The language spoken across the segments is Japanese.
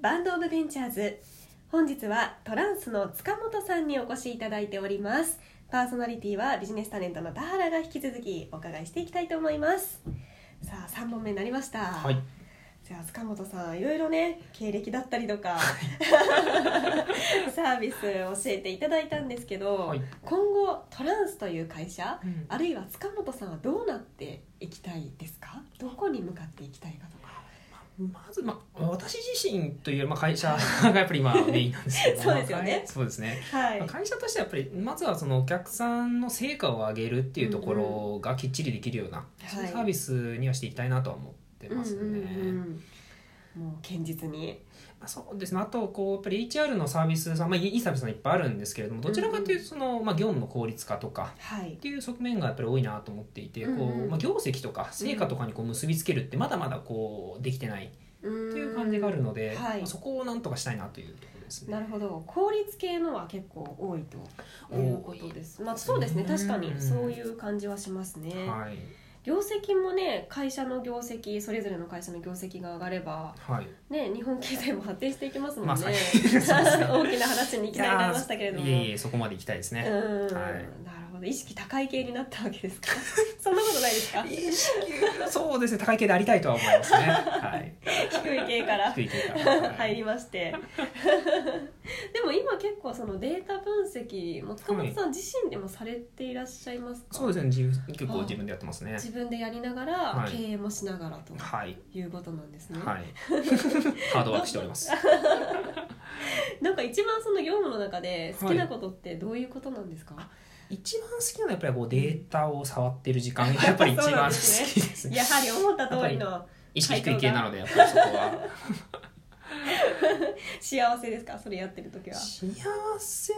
バンド・オブ・ベンチャーズ本日はトランスの塚本さんにお越しいただいておりますパーソナリティはビジネスタレントの田原が引き続きお伺いしていきたいと思いますさあ3本目になりました、はい、じゃあ塚本さんいろいろね経歴だったりとか サービス教えていただいたんですけど、はい今後トランスという会社あるいは塚本さんはどうなっていきたいですかどこに向かっていきたいかとかまず、まあ、私自身というより、まあ、会社がやっぱ り今メインなんですけどそうですよねまあそうですね、はいまあ会社としてはやっぱりまずはそのお客さんの成果を上げるっていうところがきっちりできるような、そういうサービスにはしていきたいなとは思ってますね。うんうんうん、もう堅実にまあそうですね、あとこうやっぱり HR のサービスさん、まあ、いいいいサービスさんいっぱいあるんですけれどもどちらかというとその、まあ、業務の効率化とかはいっていう側面がやっぱり多いなと思っていて、うんこううんまあ、業績とか成果とかにこう結びつけるってまだまだこうできてないってっていう感じがあるので、はいまあそこをなんとかしたいなというところですね。なるほど効率系のは結構多いということですまあそうですねうん確かにそういう感じはしますね、はい、業績もね会社の業績それぞれの会社の業績が上がればはい、ね日本経済も発展していきますもんね,、まあそうですね大きな話にいきなりなりましたけれどもいえいえそこまで行きたいですね。うん、はいなるほど意識高い系になったわけですかそんなことないですか意識そうですね高い系でありたいとは思いますね。はい、低い系から低い系から入りまして でも今結構そのデータ分析も塚本さん自身でもされていらっしゃいますか、そうですね自分結構自分でやってますね。自分でやりながらはい経営もしながらとはいいうことなんですね、はいハードワークしております。なんか一番その業務の中で好きなことってどういうことなんですか、一番好きなのはやっぱりこうデータを触ってる時間がやっぱ り一番好きですね。やはり思った通りの意識低い系なのでやっぱりそこは。幸せですかそれやってる時は幸せ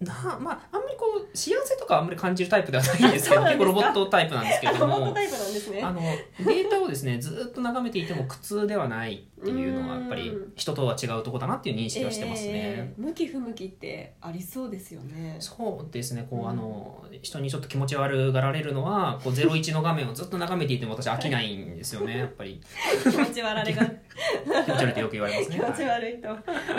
なまああんまりこう幸せとかあんまり感じるタイプではないんですけどそうなんですか結構ロボットタイプなんですけれ ロどボットもタイプなんですねあのデータをですねずっと眺めていても苦痛ではないっていうのはやっぱりうん人とは違うとこだなっていう認識はしてますね。えー向き不向きってありそうですよねそうですねこううんあの人にちょっと気持ち悪がられるのはこう01の画面をずっと眺めていても私飽きないんですよねやっぱり気持ち悪いが気持ち悪いってよく言われます ね気持ちはい悪いと、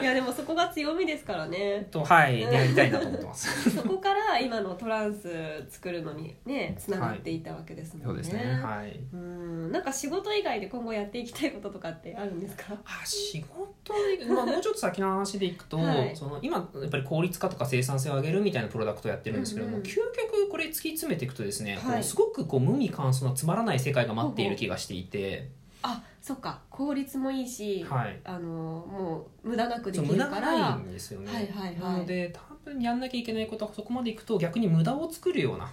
い、やでもそこが強みですからねとはいやりたいなと思ってま すそこから今のトランス作るのにねつながっていたわけですもんね、そうですねはいうんなんか仕事以外で今後やっていきたいこととかってあるんですかあ仕事で、まあ、もうちょっと先の話でいくと、はいその今やっぱり効率化とか生産性を上げるみたいなプロダクトをやってるんですけども、うんうん究極これ突き詰めていくとですね、はいこうすごくこう無味乾燥なつまらない世界が待っている気がしていて、あそっか効率もいいし、はい、あのもう無駄なくでそきう無る駄かがらないんですよね。はいはいはいなので多分やんなきゃいけないことはそこまでいくと逆に無駄を作るよ うな。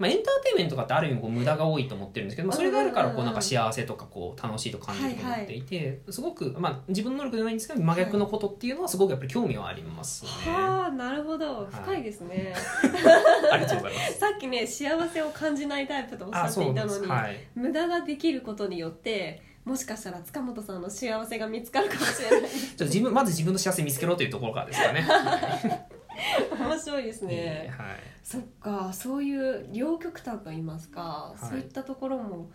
まあ、エンターテインメントとかってある意味こう無駄が多いと思ってるんですけど、まあ、それがあるからこうなんか幸せとかこう楽しいと感じると思っていて、すごく、まあ、自分の能力じゃないんですけど真逆のことっていうのはすごくやっぱり興味はありますね。はあなるほどい深いですね、 ありがとうございます。さっきね幸せを感じないタイプと おっしゃあってそいうたでのすに、はい、無駄ができることによってもしかしたら塚本さんの幸せが見つかるかもしれないじゃ自分まず自分の幸せ見つけろというところからですかね。面白いです ねはい。そっかそういう両極端と言いますか、はいそういったところも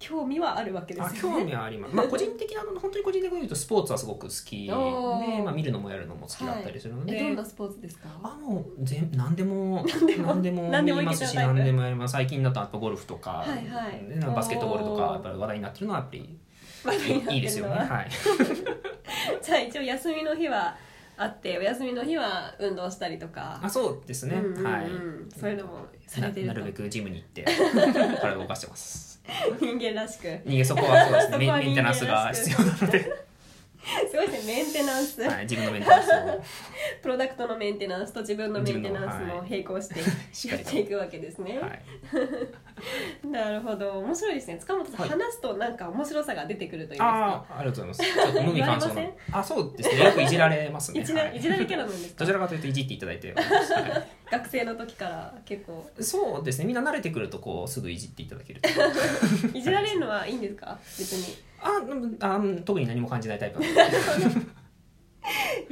興味はあるわけであすよ興ね。味はあります。まあ個人的な本当に個人的に言うとスポーツはすごく好き で、おーまあ見るのもやるのも好きだったりするので。えどんなスポーツですか？あもう全何でもも何でも 何でも見ますいけしちゃうタイプ何でもやります最近だとやっぱゴルフとか,、はいはいねなんかバスケットボールとかおーやっぱり話題になってるのはやっぱ り話題になってるのはいいですよねはいじゃあ一応休みの日はあってお休みの日は運動したりとか、あそうですね、うんうんうんはいそういうのもされてるとななるべくジムに行 って体を動かしてます人間らしく逃げそこはそうですそこねはメ人間らしくンメンテナンスが必要なので、すごいですねメンテナンス、はい、自分のメンテナンスを プロダクトのメンテナンスと自分のメンテナンスも並行して しっやかっりとていくわけですね。はい、なるほど面白いですね塚本さん、はい話すとなんか面白さが出てくるといいますかああありがとうございますちょっと無味乾燥言われなあそうですねよくいじられますねいじらはいじられキャラなんですどかちらかというといじっていただいてます、はい学生の時から結構そうですねみんな慣れてくるとこうすぐいじっていただけるといじられるのはいいんです か別にあでもあうん特に何も感じないタイプなので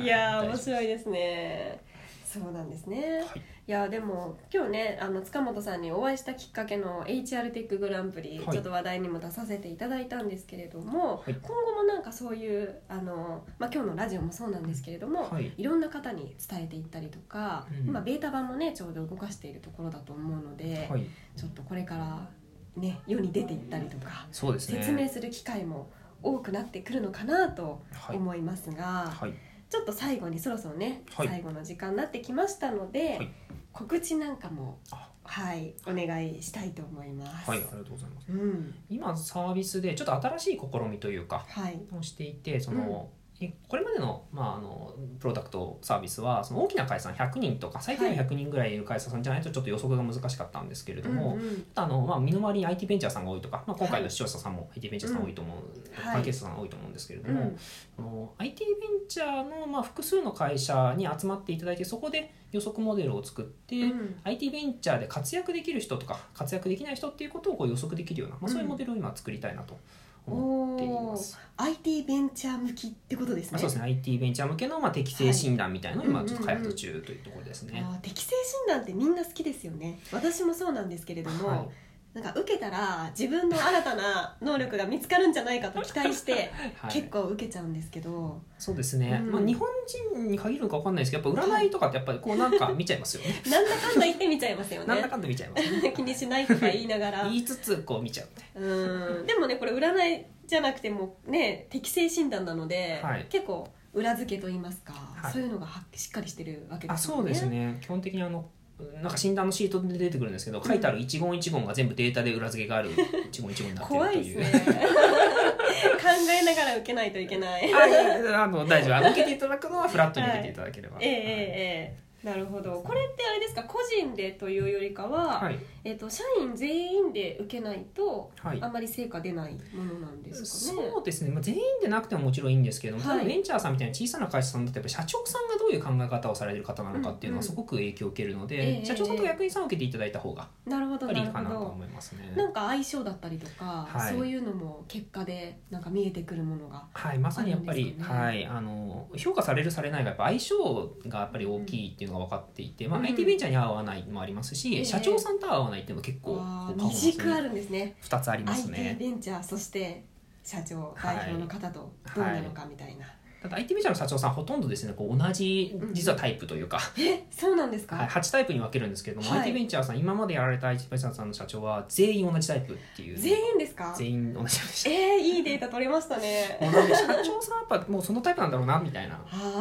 いやー面白いですねそうなんですねはいいやでも今日ねあの塚本さんにお会いしたきっかけの HR テックグランプリ、はいちょっと話題にも出させていただいたんですけれども、はい今後もなんかそういうあの、まあ、今日のラジオもそうなんですけれども、はいいろんな方に伝えていったりとか、うん今ベータ版もねちょうど動かしているところだと思うので、はいちょっとこれからね世に出ていったりとか、そうですね説明する機会も多くなってくるのかなとはい思いますが、はいちょっと最後にそろそろね、はい最後の時間になってきましたので、はい告知なんかもあはいお願いしたいと思います。はいありがとうございますうん今サービスでちょっと新しい試みというかはいをしていてその、えこれまでの,、まあ、あのプロダクトサービスはその大きな会社さん100人とか最低でも100人ぐらいいる会社さんじゃないとちょっと予測が難しかったんですけれども、うんうんあのまあ、身の回りに IT ベンチャーさんが多いとか、まあ、今回の視聴者さんも IT ベンチャーさん多いと思う、はい関係者さんが多いと思うんですけれどうも、んあの IT ベンチャーのまあ複数の会社に集まっていただいてそこで予測モデルを作って、うん IT ベンチャーで活躍できる人とか活躍できない人っていうことをこう予測できるような、まあ、そういうモデルを今作りたいなと思っています。 IT ベンチャー向きってことですまね。あ、そうですね IT ベンチャー向けのまあ適正診断みたいなのを今ちょっと開発中というところですね。あー適正診断ってみんな好きですよね。私もそうなんですけれども、はなんか受けたら自分の新たな能力が見つかるんじゃないかと期待して、いは結い、構受けちゃうんですけど、そうですね、うんまあ、日本人に限るのか分かんないですけどやっぱ占いとかってやっぱりこうなんか見ちゃいますよねなんだかんだ言ってみちゃいますよ なんだね。かんだ見ちゃいます ね気にしないとか言いながら。言いつつこう見ちゃうみたいなうんでもねこれ占いじゃなくてもね適正診断なので、はい結構裏付けと言いますか、はいそういうのがはしっかりしてるわけであすそうですね基本的にあのなんか診断のシートで出てくるんですけど書いてある一言一言が全部データで裏付けがある一言一言になってる怖といいでうすね考えながら受けないといけない。あいやいや あの大丈夫あの受けていただくのはフラットに受けていただけ れば、ええええええなるほどこれってあれですか個人でというよりかは、はい、えっと社員全員で受けないとはいあんまり成果出ないものなんですかね。そうですね、まあ、全員でなくてももちろんいいんですけども、はいただベンチャーさんみたいな小さな会社さんだとやっぱ社長さんがどういう考え方をされてる方なのかっていうのはうんうんすごく影響を受けるので、ええ社長さんと役員さんを受けていただいた方がなるほどやっぱなりいるいかなとほど思いますね。なんか相性だったりとか、はいそういうのも結果でなんか見えてくるものが。はい、まさにやっぱあるんり、ですかねはい、あの評価されるされないがやっぱ相性がやっぱり大きいっていうのが分かっていて、まうあ、ん IT ベンチャーに合う合わないもありますし、ええ社長さんと合わないっていうのも結構わあこう二軸あるんですね。 2つありますね IT ベンチャーそして社長はい代表の方とどうなのかみたいな。ただ IT ベンチャーの社長さんほとんどですねこう同じ実はタイプというか、えそうなんですか。はい、8タイプに分けるんですけども、はい IT ベンチャーさん今までやられた IT ベンチャーさんの社長は全員同じタイプっていう、全員ですか。全員同じでしえたー、いいデータ取れましたね。 もうなんで社長さんはやっぱもうそのタイプなんだろうなみたいな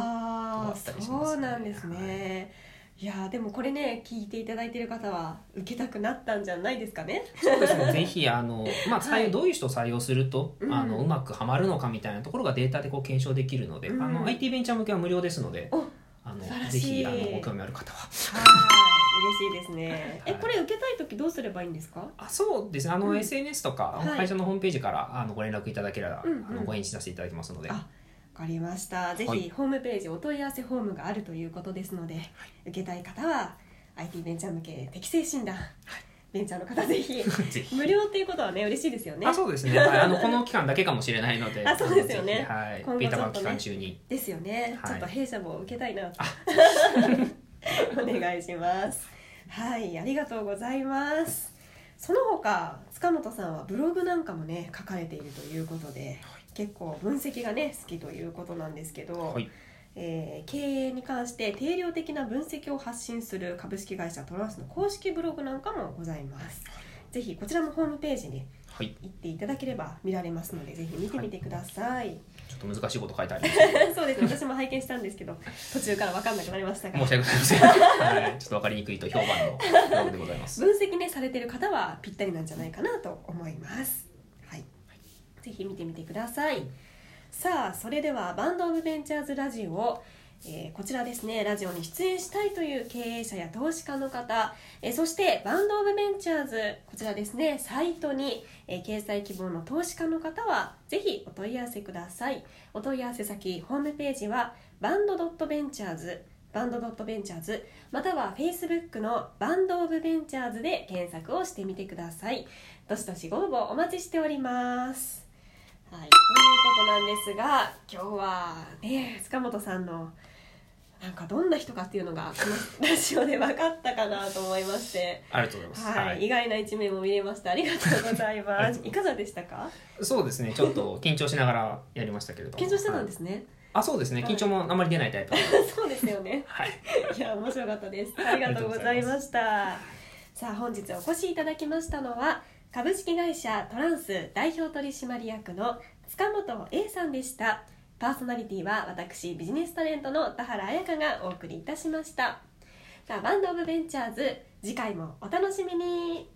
ああとかあったりしますねそうなんですね。いやーでもこれね聞いていただいてる方は受けたくなったんじゃないですかね。そうで すね、ぜひあの、まあ、採用、はいどういう人を採用すると、うんあのうまくはまるのかみたいなところがデータでこう検証できるので、うんあの IT ベンチャー向けは無料ですのでおあの素晴らしぜいひあのご興味ある方は。はい嬉しいですね。えはいこれ受けたい時どうすればいいんですか。あそうですねあの、うん SNS とか、はい会社のホームページからあのご連絡いただければ、うんうんあのご返事させていただきますのであわかりました。ぜはひいホームページお問い合わせフォームがあるということですので、受けたい方は IT ベンチャー向け適正診断、ベンチャーの方ぜ ひ ぜひ、無料っていうことはね嬉しいですよねあ。そうで すね、はい、あのこの期間だけかもしれないのであそうですよねあの今後ぜひはい、ベータ版ちょっ期とね間中にですよね。はいちょっと弊社も受けたいなと お願いします。はいありがとうございます。その他塚本さんはブログなんかもね書かれているということで、結構分析がね好きということなんですけど。はいえー経営に関して定量的な分析を発信する株式会社トランスの公式ブログなんかもございます。ぜひこちらもホームページにはい行っていただければ見られますのでぜひ見てみてください。ちょっと難しいこと書いてあります そうですね私も拝見したんですけど途中から分かんなくなりましたが申し訳ございません、 はい、ちょっとわかりにくいと評判のブログでございます分析ねされてる方はぴったりなんじゃないかなと思いますはい、ぜひ見てみてくださいさあそれではバンド・オブ・ベンチャーズ・ラジオを、えーこちらですねラジオに出演したいという経営者や投資家の方、えーそしてバンド・オブ・ベンチャーズこちらですねサイトに、えー掲載希望の投資家の方はぜひお問い合わせくださいお問い合わせ先ホームページはバンド・ドット・ベンチャーズバンド・ドット・ベンチャーズまたは Facebook のバンド・オブ・ベンチャーズで検索をしてみてくださいどしどしご応募お待ちしておりますはい、ということなんですが今日はね塚本さんのなんかどんな人かっていうのがこのラジオで分かったかなと思いまして、ありがとうございます。はい、意外な一面も見れました。ありがとうございあまりがす とうござい。ますいかがでしたか？そうですね。ちょっと緊張しながらやりましたけれども。緊張してたんはいですね。あ、そうですね。緊張もあまり出ないタイプ。 そうですよね。はい。いや面白かったです。ありがとうございました。さあ本日お越しいただきましたのは株式会社トランス代表取締役の塚本英さんでした。パーソナリティは私ビジネスタレントの田原彩香がお送りいたしました。さあバンドオブベンチャーズ次回もお楽しみに。